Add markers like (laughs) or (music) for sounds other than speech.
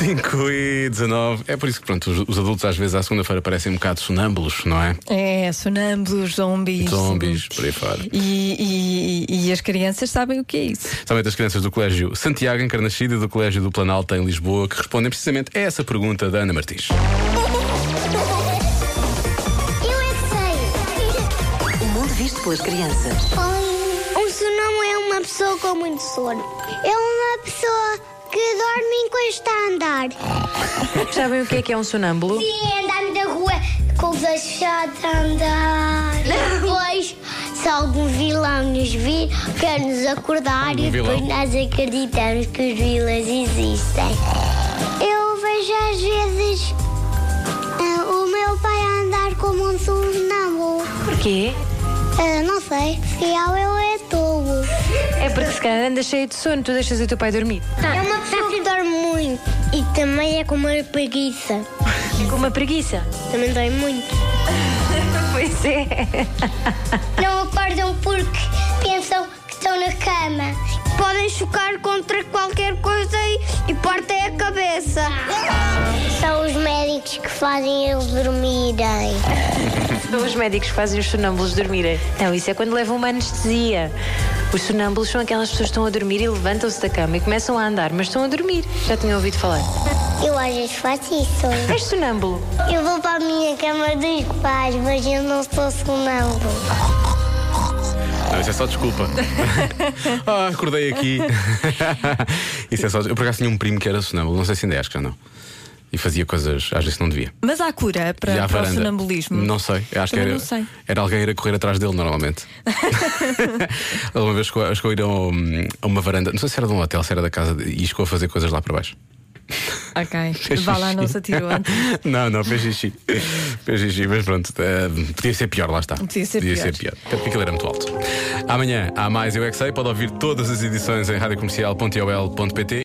5 e 19. É por isso que pronto, os, os adultos às vezes à segunda-feira parecem um bocado sonâmbulos, não é? É, sonâmbulos, zombies. Zombies, por aí fora. E, e- e as crianças sabem o que é isso. Somente as crianças do Colégio Santiago Encarnascido e do Colégio do Planalto em Lisboa que respondem precisamente a essa pergunta da Ana Martins. (laughs) Eu é que sei. O mundo visto pelas crianças. Um, um sonamo é uma pessoa com muito sono. É uma pessoa que dorme enquanto está a andar. Sabem o que é que é um sonâmbulo? E andar da rua com os olhos fechados a andar. Depois, se algum vilão nos vir, quer nos acordar Algum e depois vilão? nós acreditamos que os vilões existem. Eu vejo às vezes ah, o meu pai a andar como um sonâmbulo. Porquê? Ah, não sei, se real eu é tolo. É porque se calhar andas cheio de sono, tu deixas o teu pai dormir. É uma pessoa que dorme muito e também é com uma preguiça. Com uma (laughs) preguiça. Também dói muito. Pois é. Não acordam porque pensam que estão na cama. Podem chocar contra qualquer coisa e, partem a cabeça. São os médicos que fazem eles dormirem. São Então os médicos que fazem os sonâmbulos dormirem. Não, isso é quando levam uma anestesia. Os sonâmbulos são aquelas pessoas que estão a dormir e levantam-se da cama e começam a andar, mas estão a dormir. Já tinham ouvido falar. Eu às vezes faço isso. És sonâmbulo. Eu vou para a minha cama dos pais, mas eu não sou sonâmbulo. Não, isso é só desculpa. ah, acordei aqui. isso é só. Eu por acaso tinha um primo que era sonâmbulo, não sei se ainda é, acho que já não. E fazia coisas, às vezes não devia. Mas há cura E à para, para o varanda? sonambulismo? Não sei, eu acho Também que é- era, não sei. era alguém ir a correr atrás dele (laughs) normalmente. Alguma vez chegou, chegou a ir a, um- a uma varanda, não sei se era de um hotel, se era da casa, de- e chegou a fazer coisas lá para baixo. (laughs) Ok, Fez vá lá, xixi. não se atirou antes. (laughs) não, não, fez xixi. fez xixi, mas pronto, eh, podia ser pior, lá está. Podia ser pior. Até porque aquilo era muito alto. Amanhã há mais Eu é que sei, pode ouvir todas as edições em radiocomercial.ol.pt